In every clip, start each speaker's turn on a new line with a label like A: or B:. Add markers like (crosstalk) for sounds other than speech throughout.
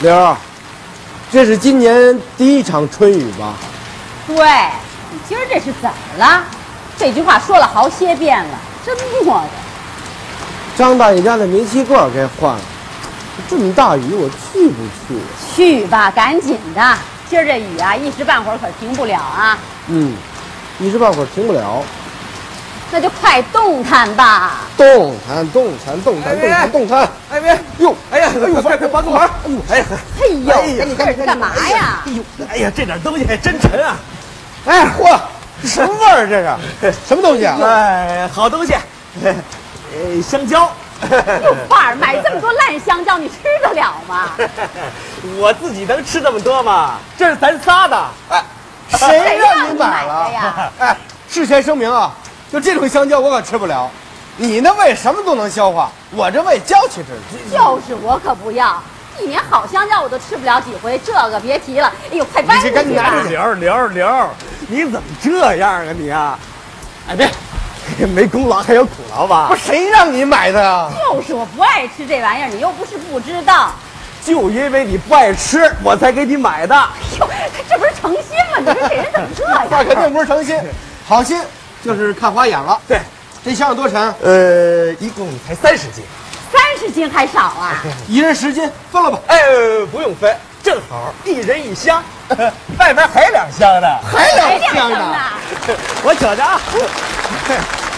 A: 玲儿，啊这是今年第一场春雨吧？
B: 对，你今儿这是怎么了？这句话说了好些遍了，真磨的。
A: 张大爷家的煤气罐儿该换了，这么大雨我去不去啊？
B: 去吧，赶紧的，今儿这雨啊，一时半会儿可停不了啊，
A: 嗯，一时半会儿停不了。
B: 那就快动弹吧。
A: 动弹动弹动弹动弹动弹，
C: 哎别，
A: 哟，
C: 哎呀，哎呦，快快帮个忙！哎呦，哎呀，
B: 哎呦，
C: 哎呀
B: 你这是干嘛呀？
C: 哎呦，哎呀，这点东西还真沉啊！
A: 哎嚯，什么味儿啊这是？什么东西
C: (laughs)
A: 啊？
C: (laughs) 哎，好东西， (laughs) 呃，香蕉， (laughs) 哎
B: 又范儿，买这么多烂香蕉，你吃得了吗？
C: 我自己能吃那么多吗？这是咱仨的，
A: 谁让
B: 谁让
A: 你
B: 你
A: 买
B: 买
A: 了
B: 的呀？
A: 哎，事先声明啊，就这种香蕉我可吃不了。你那胃什么都能消化，我这胃娇气着呢。
B: 就是我可不要，一年好香蕉我都吃不了几回，这个别提了。哎呦，快搬出
A: 你赶紧
B: 去吧
A: 拿！出去
C: 刘儿刘儿刘儿，你怎么这样啊你啊？哎别，没功劳还有苦劳吧
A: 不？是谁让你买的啊？
B: 就是我不爱吃这玩意儿，你又不是不知道。
C: 就因为你不爱吃，我才给你买的。
B: 哟，这不是诚心吗？你说这人怎么这
A: 那肯
B: 样？
A: 定不是诚心， (laughs) 好心就是看花眼了。
C: 对，
A: 这箱子多沉，
C: 呃，一共才三十斤。
B: 三十斤还少啊？
A: 一人十斤，分了吧。
C: 哎，不用分，正好一人一箱， (laughs) 外面还两箱呢。
A: 还
B: 还
A: 两箱
B: 呢
A: 呢？？
C: (laughs) 我瞅着 (laughs) 啊，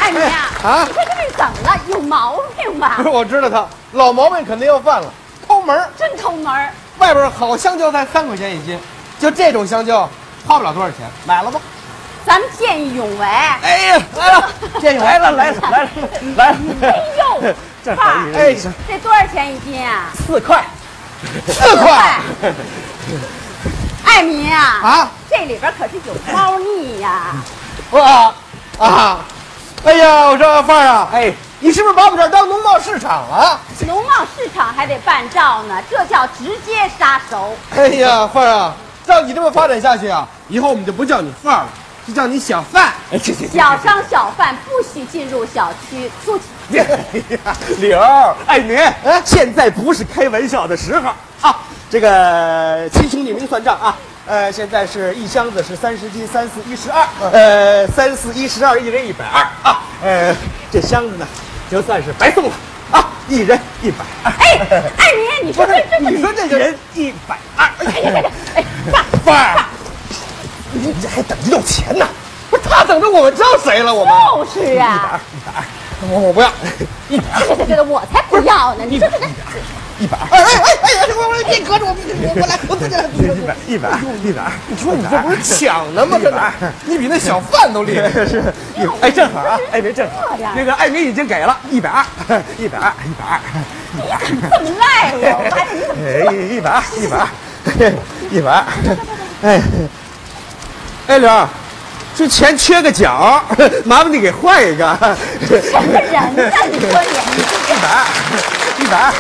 B: 哎，你呀，
A: 啊
B: 你看这病怎么了？有毛病吧
A: 不是，？我知道他老毛病肯定要犯了，抠门儿。
B: 真抠门儿！
A: 外边好香蕉才三块钱一斤，就这种香蕉花不了多少钱，买了吧。
B: 咱们见义勇为。
C: 哎呀，来了，
A: 这有
C: 来了，来了，来了，来了。
B: 哎呦，
C: 这
B: 范
C: 好一
B: 儿，
C: 人
A: 哎
C: 一，箱，
B: 这多少钱一斤啊？
C: 四块。
A: 哎四块。
B: 艾米啊，
A: 啊
B: 这里边可是有猫腻呀！
A: 哇啊！哎呀，我说范儿啊，
C: 哎，
A: 你是不是把我们这儿当农贸市场了？
B: 农贸市场还得办照呢，这叫直接杀熟。
A: 哎呀，范儿啊，照你这么发展下去啊，以后我们就不叫你范儿了，就叫你小范。
C: 哎，这这
B: 小商小贩不许进入小区，出去。
C: (laughs) 柳儿，哎您，现在不是开玩笑的时候啊！这个亲兄弟明算账啊！呃，现在是一箱子是三十斤，三四一十二，呃，三四一十二，一人一百二啊！呃，这箱子呢，就算是白送了啊，一人一百二。
B: 哎，艾米，你
C: 不
B: 说
C: 是
B: 这这，么
C: 你说这个人一百二，
B: 哎，爸，
C: 范儿，你这还等着要钱呢？
A: 不是他等着我们叫谁了？我们
B: 就是啊，
A: 我我不要。
B: 对对对对，我才不要呢！你说这个，
C: 一百
A: 哎哎哎哎，我我别隔着我，我我来，我自己来。
C: 二，一百，一百二，一百二。你说你
A: 这不是抢呢吗？这你比那小贩都厉害。
C: 是，一百哎，正好啊，哎，别正好
B: 这，样
C: 那个艾米已经给了一百二，一百二，一百二，
B: 你怎么这么赖我？我还得你怎么
C: 哎，一百二，一百二，一百二，哎，
A: 哎，刘儿，
C: 这钱缺个角，麻烦你给换一个，
B: 什么人呢？你说你，
C: 一百二，一百二，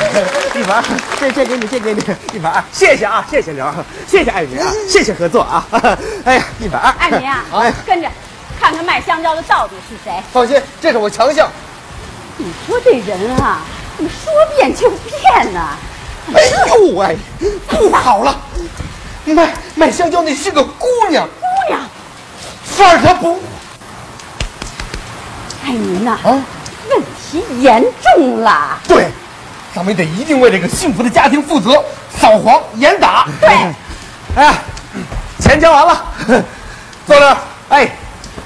C: 一百二，这这给你，这给你，一百二，谢谢啊，谢谢刘，谢谢艾米啊，谢谢合作啊， (laughs) 哎呀，一百二，
B: 艾米啊
C: 哎，
B: 跟着看看卖香蕉的到底是谁？
A: 放心，这是我强项。
B: 你说这人啊，怎么说变就变呢？
A: 哎呦喂，不好了，卖卖香蕉那是个姑娘，
B: 姑娘，
A: 范儿她不
B: 艾米呐，
A: 啊？
B: 哎问题严重了。
A: 对，咱们得一定为这个幸福的家庭负责，扫黄严打。
B: 对，
C: 哎呀，钱交完了，
A: 坐这儿，
C: 哎，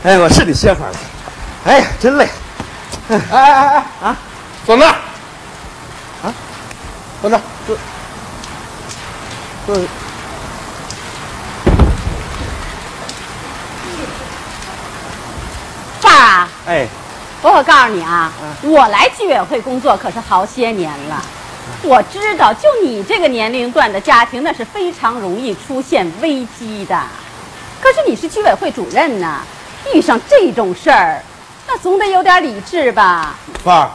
C: 哎，我是得歇会儿了，哎呀，真累。
A: 哎哎哎哎
C: 啊，
A: 坐那儿，啊，坐那儿，坐，坐。
B: 范儿啊，
C: 哎，
B: 我可告诉你啊，
A: 嗯
B: 我来居委会工作可是好些年了。我知道，就你这个年龄段的家庭，那是非常容易出现危机的。可是你是居委会主任呢，遇上这种事儿，那总得有点理智吧？
A: 范儿，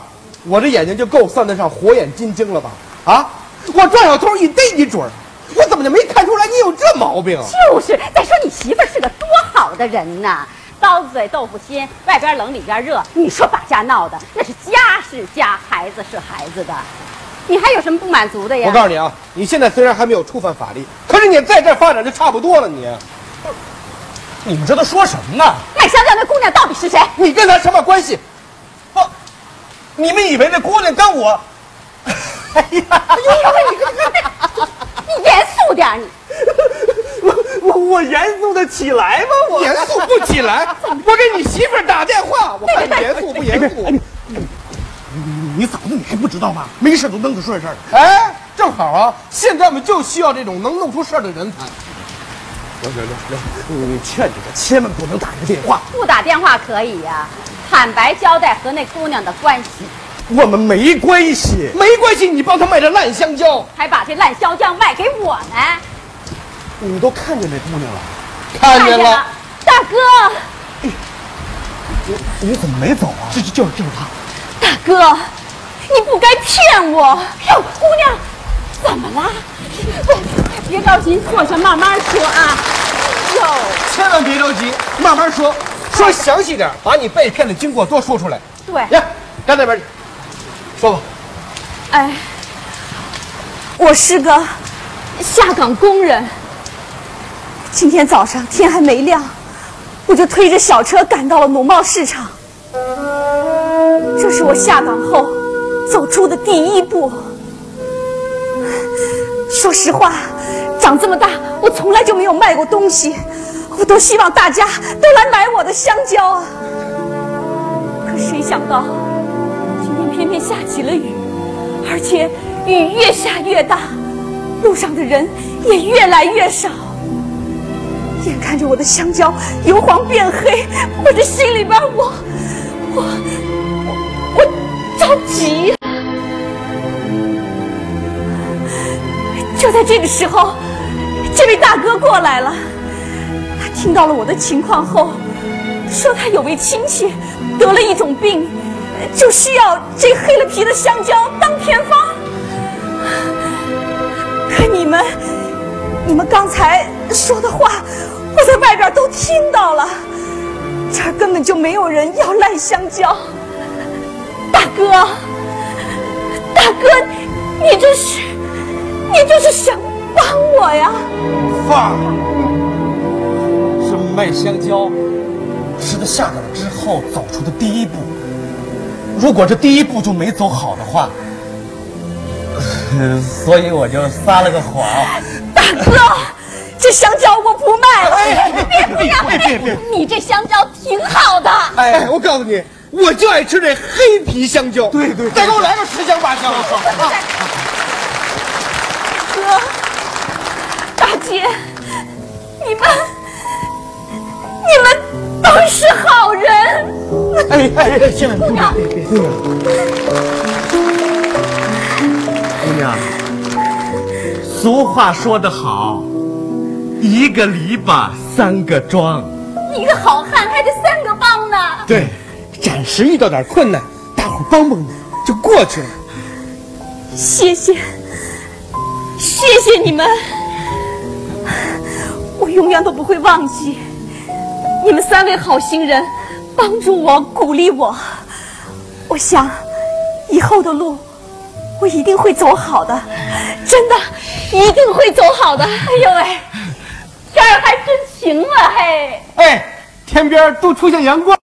A: 我这眼睛就够算得上火眼金睛了吧？啊，我撞小偷一逮一准儿，我怎么就没看出来你有这毛病啊？
B: 就是，再说你媳妇儿是个多好的人呐，刀子嘴豆腐心，外边冷里边热。你说把家闹的，那是家是家，孩子是孩子的。你还有什么不满足的呀？
A: 我告诉你啊，你现在虽然还没有触犯法律，可是你在这儿发展就差不多了。你，
C: 你们这都说什么呢？
B: 麦香料那姑娘到底是谁？
A: 你跟他什么关系？
C: 不，哦你们以为那姑娘跟
A: (laughs)
C: 我？哎呀，
B: 你严肃点儿你。
C: 我我我严肃的起来吗？我
A: 严肃不起来。我给你媳妇儿打电话，我看你严肃不严肃？
C: 你嫂子你还不知道吗？没事都能出事儿。
A: 哎，正好啊，现在我们就需要这种能弄出事儿的人才。刘刘刘，
C: 你劝你可千万不能打这个电话，
B: 不打电话可以呀、坦白交代和那姑娘的关系，
C: 我们没关系。
A: 没关系，你帮他卖这烂香蕉，
B: 还把这烂香蕉卖给我呢。
C: 你都看见那姑娘了，
A: 看见了，，
B: 大哥，
C: 你怎么没走啊？
A: 这就是就是他。
B: 大哥，你不该骗我。哟，姑娘，怎么了？别着急，坐下慢慢说啊。哟，
A: 千万别着急，慢慢说，说详细点，把你被骗的经过都说出来。
B: 对，
A: 呀，站那边去，说吧。
B: 哎，我是个下岗工人。
D: 今天早上天还没亮，我就推着小车赶到了农贸市场。这是我下岗后走出的第一步。说实话，长这么大，我从来就没有卖过东西，我都希望大家都来买我的香蕉啊。可谁想到，今天偏偏下起了雨，而且雨越下越大，路上的人也越来越少。眼看着我的香蕉由黄变黑，我这心里边我我我我着急。就在这个时候，这位大哥过来了。他听到了我的情况后，说他有位亲戚得了一种病，就需要这黑了皮的香蕉当偏方。可你们你们刚才说的话，我在外边都听到了。这儿根本就没有人要烂香蕉。大哥，大哥，你这是，你这是想帮我呀？
C: 范儿是卖香蕉，是他下岗之后走出的第一步。如果这第一步就没走好
A: (laughs)
C: 的话，呃所以我就撒了个谎。
D: 大哥，这香蕉我不卖了。
B: 别姑娘，你这香蕉挺好的。
A: 哎，我告诉你，我就爱吃这黑皮香蕉。
C: 对对对
A: 再给我来个十箱八箱。
D: 哥，大姐，你们，你们都是好人。
A: 哎哎哎，千万
B: 姑娘，
C: 姑娘，俗话说得好，一个篱笆三个桩。
B: 你一个好汉还得三个帮呢。
A: 对，暂时遇到点困难，大伙儿帮帮你就过去了。
D: 谢谢，谢谢你们，我永远都不会忘记你们三位好心人帮助我、鼓励我。我想，以后的路我一定会走好的，真的，一定会走好的。哎呦喂！
B: 这儿还真晴了嘿。
D: 啊
A: 哎，天边儿都出现阳光。